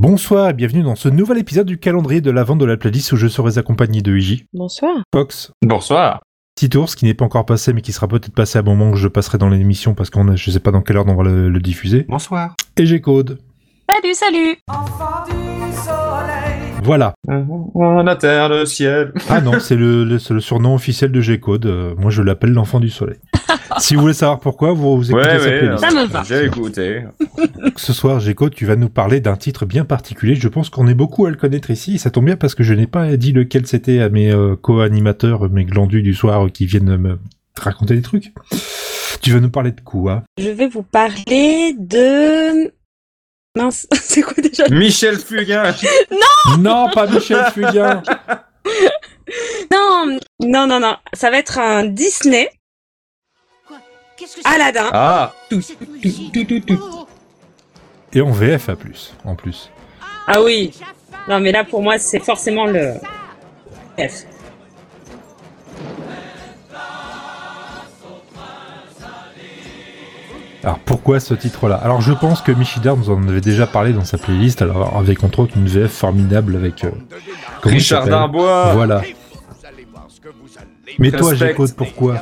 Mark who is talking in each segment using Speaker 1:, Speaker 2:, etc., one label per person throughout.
Speaker 1: Bonsoir et bienvenue dans ce nouvel épisode du calendrier de l'avant de la playlist où je serai accompagné de IJ,
Speaker 2: Bonsoir.
Speaker 1: Fox,
Speaker 3: Bonsoir.
Speaker 1: Petit Ours qui n'est pas encore passé mais qui sera peut-être passé à un moment que je passerai dans l'émission parce qu'on a- je sais pas dans quelle heure on va le, le diffuser,
Speaker 3: Bonsoir.
Speaker 1: et j'ai Code.
Speaker 4: Salut, salut
Speaker 1: Voilà.
Speaker 3: On atteint le ciel.
Speaker 1: Ah non, c'est le, le- c'est le surnom officiel de G-Code. Euh, moi, je l'appelle l'enfant du soleil. si vous voulez savoir pourquoi, vous, vous écoutez sa
Speaker 3: euh,
Speaker 1: playlist.
Speaker 4: Ça me va.
Speaker 3: J'ai écouté.
Speaker 1: Ce soir, G-Code, tu vas nous parler d'un titre bien particulier. Je pense qu'on est beaucoup à le connaître ici. Et ça tombe bien parce que je n'ai pas dit lequel c'était à mes euh, co-animateurs, mes glandus du soir euh, qui viennent me raconter des trucs. Tu vas nous parler de quoi
Speaker 2: Je vais vous parler de... Mince, c'est quoi déjà
Speaker 3: Michel Fugain.
Speaker 1: Non, pas Michel Fugain
Speaker 2: Non, non, non, non. Ça va être un Disney,
Speaker 4: Qu'est-ce que
Speaker 2: Aladdin.
Speaker 3: Ah,
Speaker 4: cette
Speaker 1: Et en VF à plus, en plus.
Speaker 2: Ah oui. Non, mais là, pour moi, c'est forcément le... Bref.
Speaker 1: Alors pourquoi ce titre-là Alors je pense que Michidar nous en avait déjà parlé dans sa playlist, alors avec entre autres une VF formidable avec... euh, comment il
Speaker 3: Richard
Speaker 1: s'appelle
Speaker 3: Darbois.
Speaker 1: Voilà. Mais toi,
Speaker 3: Respect.
Speaker 1: j'écoute pourquoi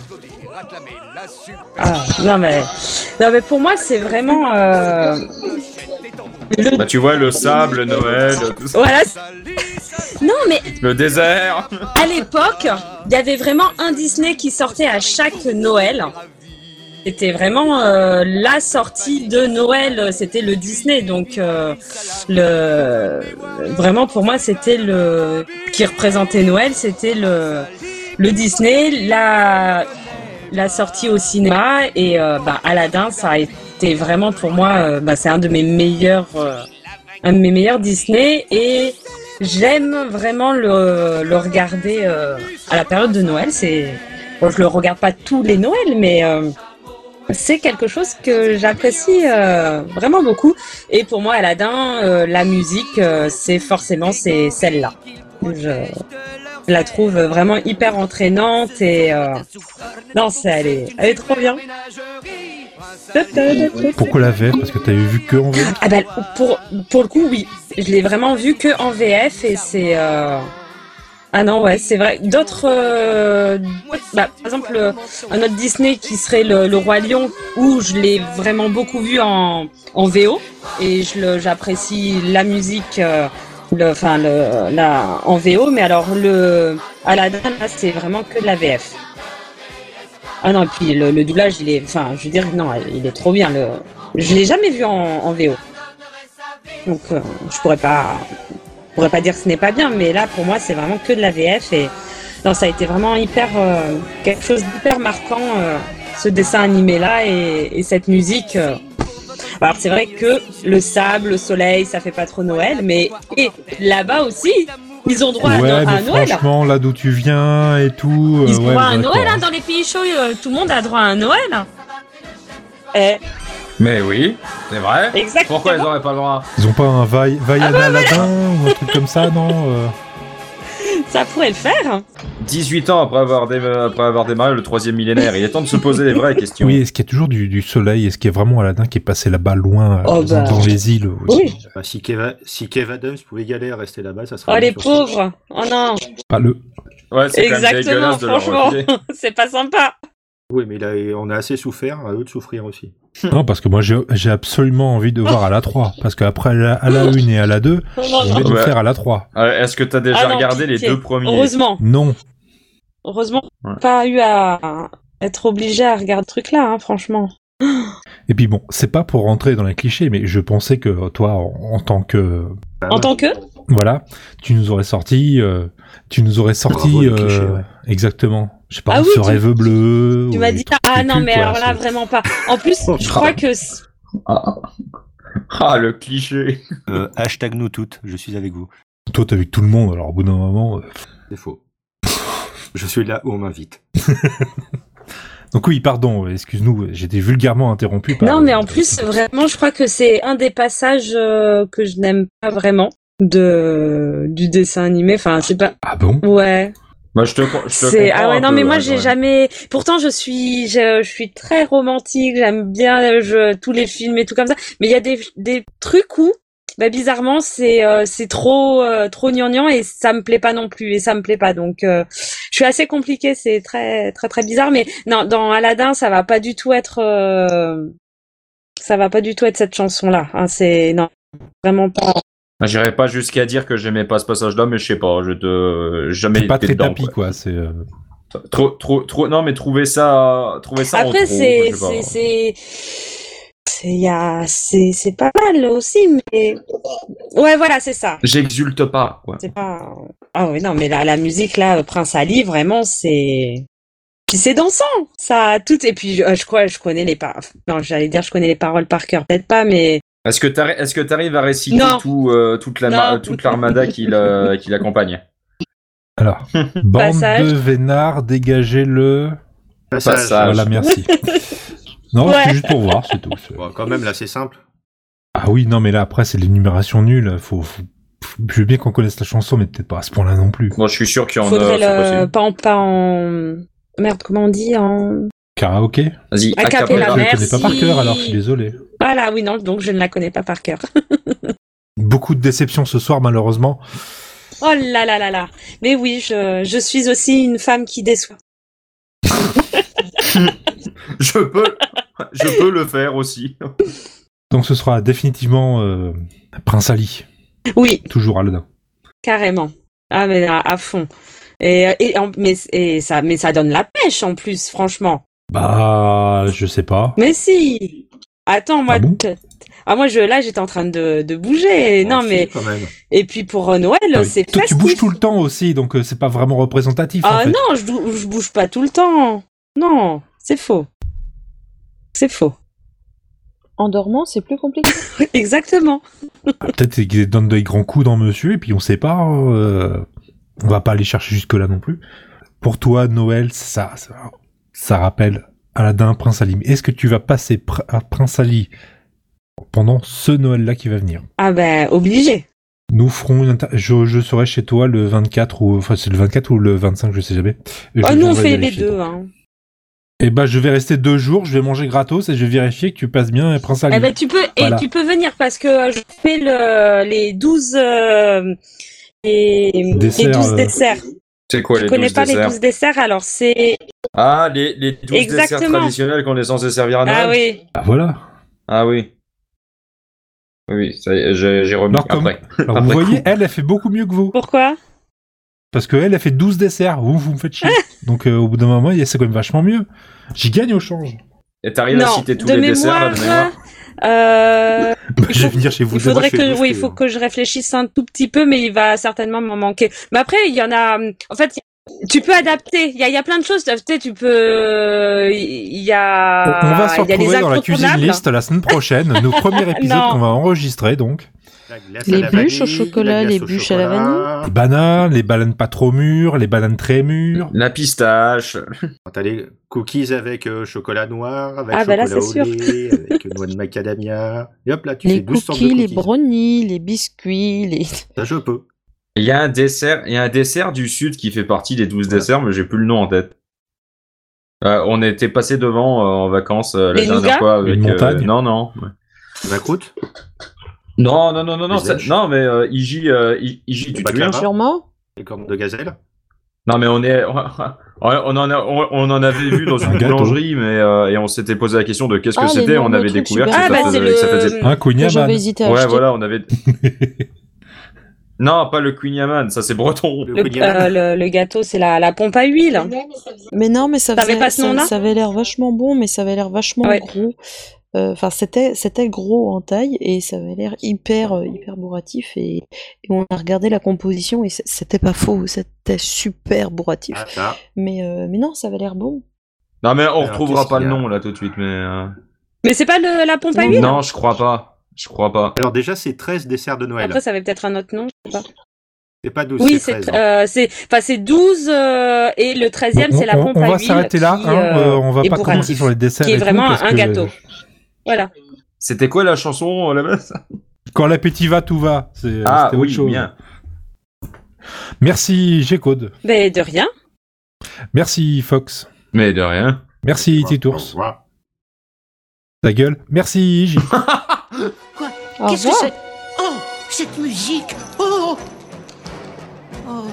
Speaker 2: Ah, non, mais... Non, mais pour moi, c'est vraiment... euh, le-
Speaker 3: Bah, tu vois, le sable, Noël, tout ça.
Speaker 2: Voilà. Non, mais
Speaker 3: le désert.
Speaker 2: à l'époque, il y avait vraiment un Disney qui sortait à chaque Noël. C'était vraiment euh, la sortie de Noël, c'était le Disney. Donc, euh, le... vraiment pour moi, c'était le. qui représentait Noël, c'était le... le Disney, la... la sortie au cinéma. Et euh, bah, Aladdin, ça a été vraiment pour moi, euh, bah, c'est un de mes meilleurs. euh, un de mes meilleurs Disney. Et. J'aime vraiment le, le regarder euh, à la période de Noël. C'est bon, je le regarde pas tous les Noëls, mais euh, c'est quelque chose que j'apprécie euh, vraiment beaucoup. Et pour moi, Aladdin, euh, la musique, euh, c'est forcément c'est celle-là. Je la trouve vraiment hyper entraînante et euh, non, c'est elle est, elle est trop bien.
Speaker 1: Pourquoi la VF Parce que t'avais vu que en VF
Speaker 2: Ah bah, pour, pour le coup, oui. Je l'ai vraiment vu que en VF et c'est... euh, Ah non, ouais, c'est vrai. D'autres... euh, bah, par exemple, euh, un autre Disney qui serait le, le Roi Lion, où je l'ai vraiment beaucoup vu en, en VO et je le- j'apprécie la musique... euh, le, enfin, le, la, en VO, mais alors le Aladdin, là, c'est vraiment que de la VF. Ah non, et puis le, le doublage, il est, enfin, je veux dire, non, il est trop bien. Le, je l'ai jamais vu en, en VO. Donc euh, je pourrais pas je pourrais pas dire que ce n'est pas bien, mais là pour moi c'est vraiment que de la VF et non, ça a été vraiment hyper euh, quelque chose d'hyper marquant euh, ce dessin animé là et, et cette musique. euh. Alors c'est vrai que le sable, le soleil, ça fait pas trop Noël, mais et là-bas aussi ils ont droit à
Speaker 1: Ouais,
Speaker 2: No- à,
Speaker 1: mais
Speaker 2: Noël.
Speaker 1: franchement, là d'où tu viens et tout...
Speaker 4: Ils
Speaker 1: euh,
Speaker 4: ont
Speaker 1: ouais,
Speaker 4: droit à un
Speaker 1: d'accord.
Speaker 4: Noël, hein, dans les pays chauds, euh, tout le monde a droit à un Noël.
Speaker 2: Eh,
Speaker 3: Mais oui, c'est vrai.
Speaker 2: exactement.
Speaker 3: Pourquoi ils auraient pas le droit
Speaker 1: Ils ont pas un Vai-
Speaker 2: Ah,
Speaker 1: Vaiana Aladdin ou un truc comme ça, non euh
Speaker 2: Ça pourrait le faire. hein.
Speaker 3: 18 ans après avoir, dé- après avoir démarré le troisième millénaire, il est temps de se poser les vraies questions.
Speaker 1: Oui, est-ce qu'il y a toujours du, du soleil Est-ce qu'il y a vraiment Aladdin qui est passé là-bas, loin, euh,
Speaker 2: Oh, bah.
Speaker 1: dans les îles
Speaker 2: Oui.
Speaker 5: Bah, si, Kev, si Kev Adams pouvait galérer à rester là-bas, ça
Speaker 1: Ah,
Speaker 5: serait.
Speaker 2: Oh
Speaker 5: mieux
Speaker 2: les
Speaker 5: sur-
Speaker 2: pauvres. Oh non,
Speaker 1: Pas le...
Speaker 3: Ouais, c'est quand même
Speaker 2: Exactement,
Speaker 3: dégueulasse de leur
Speaker 2: franchement.
Speaker 3: refiler.
Speaker 2: c'est pas sympa.
Speaker 5: Oui, mais là, on a assez souffert, à eux de souffrir aussi.
Speaker 2: Hmm.
Speaker 1: Non, parce que moi, j'ai j'ai absolument envie de voir à la 3. Parce qu'après à la, à la 1 et à la 2,
Speaker 2: Ah. Oh, non,
Speaker 1: on va
Speaker 2: non.
Speaker 1: nous
Speaker 3: Ouais.
Speaker 1: faire à la 3.
Speaker 3: Euh, Est-ce que t'as déjà
Speaker 2: Ah non,
Speaker 3: regardé les
Speaker 2: pitié.
Speaker 3: deux premiers
Speaker 2: Heureusement.
Speaker 1: Non.
Speaker 2: Heureusement,
Speaker 3: Ouais.
Speaker 2: pas eu à être obligé à regarder ce truc-là, hein, franchement.
Speaker 1: Et puis bon, c'est pas pour rentrer dans les clichés, mais je pensais que toi, en, en tant que...
Speaker 5: Bah,
Speaker 2: En
Speaker 5: ouais.
Speaker 2: tant que
Speaker 1: Voilà, tu nous aurais sorti... euh, tu nous aurais sorti...
Speaker 5: Bravo, les
Speaker 1: euh,
Speaker 5: clichés, ouais.
Speaker 1: Exactement. Je sais pas,
Speaker 2: Ah oui,
Speaker 1: ce
Speaker 2: tu-
Speaker 1: rêve bleu...
Speaker 2: tu
Speaker 1: ou
Speaker 2: m'as
Speaker 1: les
Speaker 2: dit
Speaker 1: trucs
Speaker 2: ah
Speaker 1: du
Speaker 2: non
Speaker 1: cul,
Speaker 2: mais
Speaker 1: quoi,
Speaker 2: alors là
Speaker 1: c'est- Oh,
Speaker 2: vraiment pas. En plus, je crois que c'est-
Speaker 3: ah. ah, le cliché.
Speaker 6: Euh, hashtag nous toutes, je suis avec vous.
Speaker 1: Toi, t'as vu tout le monde, alors au bout d'un moment... euh,
Speaker 5: C'est faux. Je suis là où on m'invite.
Speaker 1: Donc oui, pardon, euh, excuse-nous, j'étais vulgairement interrompu. Par, euh,
Speaker 2: non mais en plus vraiment, je crois que c'est un des passages euh, que je n'aime pas vraiment de du dessin animé. Enfin, c'est pas
Speaker 1: Ah bon
Speaker 2: ouais.
Speaker 3: Bah, je te, co- je te
Speaker 2: C'est
Speaker 3: comprends
Speaker 2: ah ouais
Speaker 3: un
Speaker 2: non
Speaker 3: peu,
Speaker 2: mais moi
Speaker 3: ouais,
Speaker 2: j'ai
Speaker 3: ouais.
Speaker 2: jamais. Pourtant je suis je, je suis très romantique. J'aime bien euh, je, tous les films et tout comme ça. Mais il y a des des trucs où bah, bizarrement, c'est euh, c'est trop euh, trop gnangnan et ça me plaît pas non plus et ça me plaît pas. Donc, euh, je suis assez compliquée. C'est très très très bizarre. Mais non, dans Aladdin, ça va pas du tout être euh, ça va pas du tout être cette chanson là. Hein, c'est non vraiment pas.
Speaker 3: Ah, J'irai pas jusqu'à dire que j'aimais pas ce passage-là, mais je sais pas, je te jamais
Speaker 1: C'est pas
Speaker 3: été
Speaker 1: très
Speaker 3: dedans,
Speaker 1: tapis,
Speaker 3: quoi.
Speaker 1: quoi. C'est euh,
Speaker 3: Trop, trop, trop. Non, mais trouver ça, trouver ça. en
Speaker 2: Après,
Speaker 3: trop,
Speaker 2: c'est
Speaker 3: je sais pas.
Speaker 2: c'est c'est c'est y a- c'est c'est pas mal aussi, mais ouais, voilà, c'est ça.
Speaker 3: J'exulte pas. Quoi.
Speaker 2: C'est pas. Ah oui, non, mais la, la musique là, Prince Ali, vraiment, c'est. Puis c'est dansant, ça a tout. Et puis euh, je crois, je connais les paroles. Non, j'allais dire, je connais les paroles par cœur, peut-être pas, mais
Speaker 3: Est-ce que t'arri- est-ce que t'arrives à réciter
Speaker 2: Non.
Speaker 3: tout, euh, toute la ma-
Speaker 2: Non.
Speaker 3: toute l'armada qui l'a- qui l'accompagne
Speaker 1: alors bande
Speaker 2: Passage.
Speaker 1: de vénards, dégagez le.
Speaker 5: Ah,
Speaker 1: Ah,
Speaker 3: Passage.
Speaker 1: Voilà, merci. non,
Speaker 2: Ouais.
Speaker 1: c'est juste pour voir, c'est tout. C'est-
Speaker 5: Bon, quand même, là, c'est simple.
Speaker 1: Ah oui, non, mais là après c'est l'énumération nulle. Faut, faut- je veux bien qu'on connaisse la chanson, mais peut-être pas à ce point-là non plus.
Speaker 3: Bon, je suis sûr qu'il y en a.
Speaker 2: faudrait
Speaker 3: c'est
Speaker 2: le
Speaker 3: possible.
Speaker 2: pas en, pas en merde, comment on dit en.
Speaker 1: Karaoké
Speaker 3: Vas-y,
Speaker 2: A
Speaker 3: acapella.
Speaker 2: cappella,
Speaker 1: Je
Speaker 2: merde.
Speaker 1: la connais pas par
Speaker 2: Bah, merci.
Speaker 1: cœur, alors je suis désolé.
Speaker 2: Voilà, oui, non, donc je ne la connais pas par cœur.
Speaker 1: Beaucoup de déceptions ce soir, malheureusement.
Speaker 2: Oh là là là là. Mais oui, je, je suis aussi une femme qui déçoit.
Speaker 3: Je peux, je peux le faire aussi.
Speaker 1: Donc ce sera définitivement euh, Prince Ali,
Speaker 2: Oui,
Speaker 1: toujours Aladdin.
Speaker 2: carrément. Ah mais à, à fond. Et, euh, et, en- mais, et ça, mais ça donne la pêche en plus, franchement.
Speaker 1: Bah, je sais pas.
Speaker 2: Mais si. Attends, moi,
Speaker 1: Ah bon
Speaker 2: t- ah, moi je, là j'étais en train de, de bouger. non
Speaker 5: Oh, si,
Speaker 2: mais
Speaker 5: Quand même.
Speaker 2: et puis pour euh, Noël,
Speaker 1: Ah oui.
Speaker 2: c'est
Speaker 1: Toi,
Speaker 2: festif.
Speaker 1: tu bouges tout le temps aussi, donc euh, c'est pas vraiment représentatif. en
Speaker 2: ah
Speaker 1: fait.
Speaker 2: non, je, dou- je bouge pas tout le temps. Non, c'est faux. C'est faux.
Speaker 7: En dormant, c'est plus compliqué.
Speaker 2: Exactement.
Speaker 1: Peut-être qu'ils donnent des grands coups dans Monsieur, et puis on sait pas. hein, euh, on va pas aller chercher jusque-là non plus. Pour toi, Noël, ça, ça, ça rappelle Aladdin, Prince Ali. Mais Est-ce que tu vas passer pr- à Prince Ali pendant ce Noël-là qui va venir
Speaker 2: Ah ben obligé.
Speaker 1: Nous ferons une inter- je, je serai chez toi le 24 ou enfin c'est le 24 ou le 25, je sais jamais. Et
Speaker 2: Oh
Speaker 1: je
Speaker 2: nous on
Speaker 1: viendrai
Speaker 2: fait les
Speaker 1: vérifier.
Speaker 2: deux. Hein.
Speaker 1: Eh ben, je vais rester deux jours, je vais manger gratos et je vais vérifier que tu passes bien et Prince Ali.
Speaker 2: Eh ben, tu peux,
Speaker 1: Voilà.
Speaker 2: et tu peux venir parce que euh, je fais le, les 12, euh, les, les
Speaker 1: Desserts,
Speaker 2: 12
Speaker 1: euh,
Speaker 2: desserts.
Speaker 3: C'est quoi
Speaker 2: Je
Speaker 3: les
Speaker 2: connais
Speaker 3: 12
Speaker 2: pas
Speaker 3: desserts
Speaker 2: les 12 desserts, alors c'est,
Speaker 3: Ah, les, les 12 desserts
Speaker 2: Exactement.
Speaker 3: traditionnels qu'on est censé servir à Noël.
Speaker 2: ah oui.
Speaker 1: Ah, voilà.
Speaker 3: Ah oui. Oui, Oui, ça y est, j'ai j'ai remis
Speaker 1: Alors, comme-
Speaker 3: après.
Speaker 1: Alors, vous
Speaker 3: Après
Speaker 1: voyez,
Speaker 3: coup.
Speaker 1: elle, elle fait beaucoup mieux que vous.
Speaker 2: Pourquoi?
Speaker 1: Parce que elle, elle fait 12 desserts. Vous, vous me faites chier. Donc, euh, au bout d'un moment, il y a- c'est quand même vachement mieux. J'y gagne au change.
Speaker 3: Et t'arrives à citer bah, tous
Speaker 2: de
Speaker 3: les desserts là
Speaker 2: mémoire,
Speaker 3: de mémoire
Speaker 2: euh,
Speaker 1: je vais venir chez vous.
Speaker 2: il faudrait
Speaker 5: je vais
Speaker 2: que, oui, il
Speaker 5: bouffer,
Speaker 2: faut
Speaker 5: hein.
Speaker 2: que je réfléchisse un tout petit peu, mais il va certainement m'en manquer. Mais après, il y en a, en fait, tu peux adapter. Il y a, il y a plein de choses. Tu sais, tu peux, il y
Speaker 1: On,
Speaker 2: a,
Speaker 1: on va se
Speaker 2: Ah, il y a les
Speaker 1: retrouver dans la cuisine
Speaker 2: incontournables.
Speaker 1: liste la semaine prochaine. Nos premiers épisodes
Speaker 2: Non.
Speaker 1: qu'on va enregistrer, donc.
Speaker 5: La glace
Speaker 7: Les
Speaker 5: à la
Speaker 7: bûches au
Speaker 5: vanille,
Speaker 7: chocolat,
Speaker 5: la glace
Speaker 7: les
Speaker 5: au
Speaker 7: bûches à la
Speaker 5: chocolat.
Speaker 1: Les bananes, les bananes pas trop mûres, les bananes très mûres.
Speaker 3: La pistache.
Speaker 5: Quand t'as les cookies avec euh, chocolat noir, avec
Speaker 2: Ah, bah
Speaker 5: chocolat
Speaker 2: là, c'est sûr.
Speaker 5: au lait, avec euh, noix de macadamia. Et hop là, tu fais
Speaker 7: les
Speaker 5: 12
Speaker 7: cookies,
Speaker 5: sortes de
Speaker 7: les
Speaker 5: cookies.
Speaker 7: brownies, les biscuits, les.
Speaker 5: Ça, je peux.
Speaker 3: Il y a un dessert, il y a un dessert du sud qui fait partie des 12 desserts, mais j'ai plus le nom en tête. Euh, on était passé devant euh, en vacances euh, la
Speaker 2: Les
Speaker 3: dernière
Speaker 2: nougats
Speaker 3: fois avec
Speaker 1: Une
Speaker 3: euh,
Speaker 1: montagne
Speaker 3: non non.
Speaker 5: La croûte
Speaker 3: Non non non non non,
Speaker 5: Les
Speaker 3: ça-
Speaker 5: Elches.
Speaker 3: non mais euh, Iji euh, I- Iji tu te souviens
Speaker 5: Baclava.
Speaker 7: Sûrement.
Speaker 5: Les cornes de gazelle
Speaker 3: Non mais on est on, on en a- on, on en avait vu dans
Speaker 1: Un
Speaker 3: une
Speaker 1: gâteau.
Speaker 3: boulangerie mais euh, et on s'était posé la question de qu'est-ce que
Speaker 7: Ah, les
Speaker 3: c'était on
Speaker 7: normaux
Speaker 3: avait
Speaker 7: trucs
Speaker 3: découvert que
Speaker 7: super
Speaker 2: Ah,
Speaker 3: ça
Speaker 2: bah,
Speaker 7: sympas.
Speaker 2: c'est
Speaker 3: faisait- ça faisait
Speaker 2: le,
Speaker 1: Un
Speaker 7: que
Speaker 1: cognac,
Speaker 7: J'avais hésité à
Speaker 3: Ouais,
Speaker 7: acheter.
Speaker 3: voilà, on avait. non, pas le Queen Yaman, ça c'est breton.
Speaker 5: Le
Speaker 2: le,
Speaker 5: cognac
Speaker 2: euh, le- le gâteau, c'est la, la pompe à huile.
Speaker 7: Mais non, mais ça,
Speaker 2: T'avais
Speaker 7: faisait-
Speaker 2: pas ce
Speaker 7: ça-
Speaker 2: nom-là
Speaker 7: ça avait l'air vachement bon, mais ça avait l'air vachement
Speaker 2: Ouais.
Speaker 7: gros. Euh, Enfin, c'était, c'était gros en taille et ça avait l'air hyper, euh, hyper bourratif. Et, et on a regardé la composition et c- c'était pas faux, c'était super bourratif.
Speaker 5: Ah, ça.
Speaker 7: Mais, euh, mais non, ça avait l'air bon.
Speaker 3: Non, mais on
Speaker 5: Alors,
Speaker 3: retrouvera
Speaker 5: qu'est-ce
Speaker 3: pas
Speaker 5: qu'il
Speaker 3: le
Speaker 5: y a
Speaker 3: nom là tout de suite, mais. euh,
Speaker 2: Mais c'est pas le, la pompe à huile
Speaker 3: Non, je crois pas. Je crois pas.
Speaker 5: Alors déjà, c'est 13 desserts de Noël.
Speaker 2: Après, ça avait peut-être un autre nom. je sais pas.
Speaker 5: C'est pas 12,
Speaker 2: Oui,
Speaker 5: c'est
Speaker 2: c'est
Speaker 5: 13.
Speaker 2: euh, c'est- enfin, c'est 12 euh, et le 13e,
Speaker 1: Bon,
Speaker 2: c'est la
Speaker 1: on-
Speaker 2: pompe
Speaker 1: on
Speaker 2: à huile.
Speaker 1: va s'arrêter là.
Speaker 2: qui,
Speaker 1: hein,
Speaker 2: euh,
Speaker 1: euh, on va
Speaker 2: est
Speaker 1: pas commencer
Speaker 2: bourratif.
Speaker 1: sur les desserts.
Speaker 2: Qui est
Speaker 1: et tout,
Speaker 2: vraiment
Speaker 1: parce
Speaker 2: un
Speaker 1: que
Speaker 2: gâteau. Voilà.
Speaker 3: C'était quoi la chanson euh, là-bas ça
Speaker 1: Quand l'appétit va, tout va. C'est
Speaker 3: Ah
Speaker 1: c'était autre
Speaker 3: oui,
Speaker 1: chose.
Speaker 3: bien.
Speaker 1: Merci G-Code.
Speaker 2: Mais de rien.
Speaker 1: Merci Fox.
Speaker 3: Mais de rien.
Speaker 1: Merci
Speaker 5: Au
Speaker 1: Titours.
Speaker 5: revoir.
Speaker 1: Ta gueule. Merci J.
Speaker 7: Au
Speaker 4: Qu'est-ce que
Speaker 7: revoir.
Speaker 4: c'est Oh
Speaker 8: cette musique Oh Oh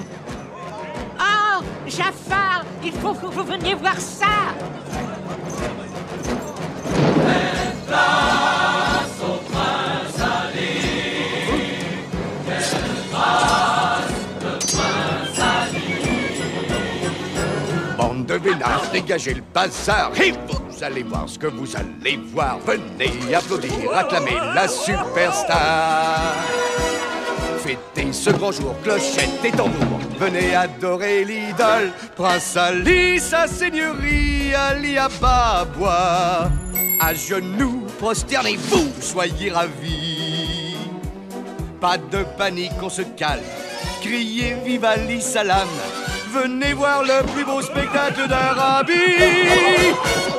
Speaker 8: Oh Jafar Il faut que vous veniez voir ça
Speaker 9: Bande de vénards, dégagez le bazar et vous allez voir ce que vous allez voir. Venez applaudir, acclamer la superstar. Fêtez ce grand jour, clochette et tambour. Venez adorer l'idole, Prince Ali, sa seigneurie, Ali Ababa. À genoux, prosternez-vous, soyez ravis. Pas de panique, on se calme. Criez vive Ali Salam. Venez voir le plus beau spectacle d'Arabie.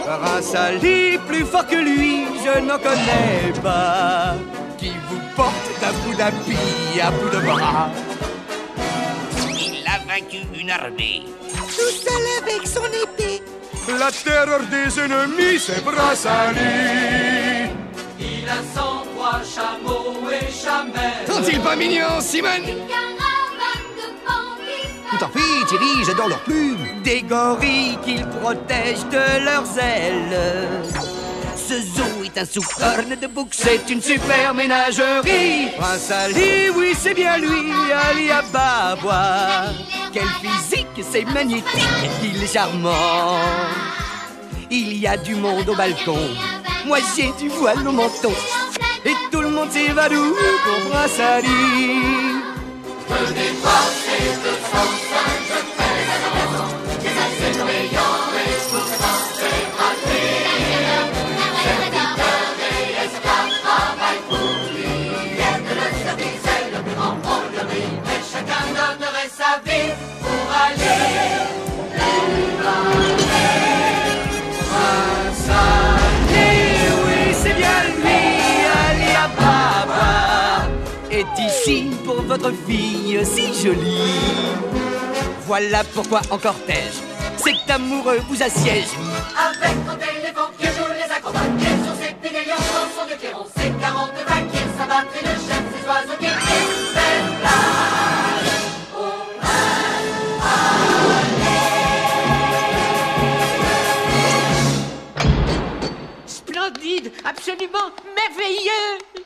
Speaker 9: Prince Ali, plus fort que lui, je n'en connais pas. Qui vous porte d'un bout d'habit à bout de bras.
Speaker 8: Il a vaincu une armée
Speaker 9: Tout seul avec son épée. La terreur des ennemis, c'est Prince Ali.
Speaker 10: Il a 103 chameaux et chamelles.
Speaker 9: Sont-ils pas mignons, Simone Tout en fait, dirige dans leurs plumes des gorilles qu'ils protègent de leurs ailes. Ce zoo est un sous-corne de bouc, c'est une super ménagerie. Prince Ali, oui, c'est bien lui, Ali Ababa. Quel physique, c'est magnétique, il est charmant. Il y a du monde au balcon, moi j'ai du voile au menton. Et tout le monde s'évadoue pour Prince Ali.
Speaker 10: Chacun donnerait sa vie pour aller.
Speaker 9: Eh oui, c'est bien lui, Ali Ababa est ici pour votre fille si jolie. Voilà pourquoi en cortège, cet amoureux vous assiège.
Speaker 10: Avec trente éléphants qui jouent les acrobates Sur ses pédalions, chanson de Kéron Ses 40 vaquiers, sa batterie de chef Ses oiseaux qui crient, c'est là
Speaker 8: Splendide Absolument merveilleux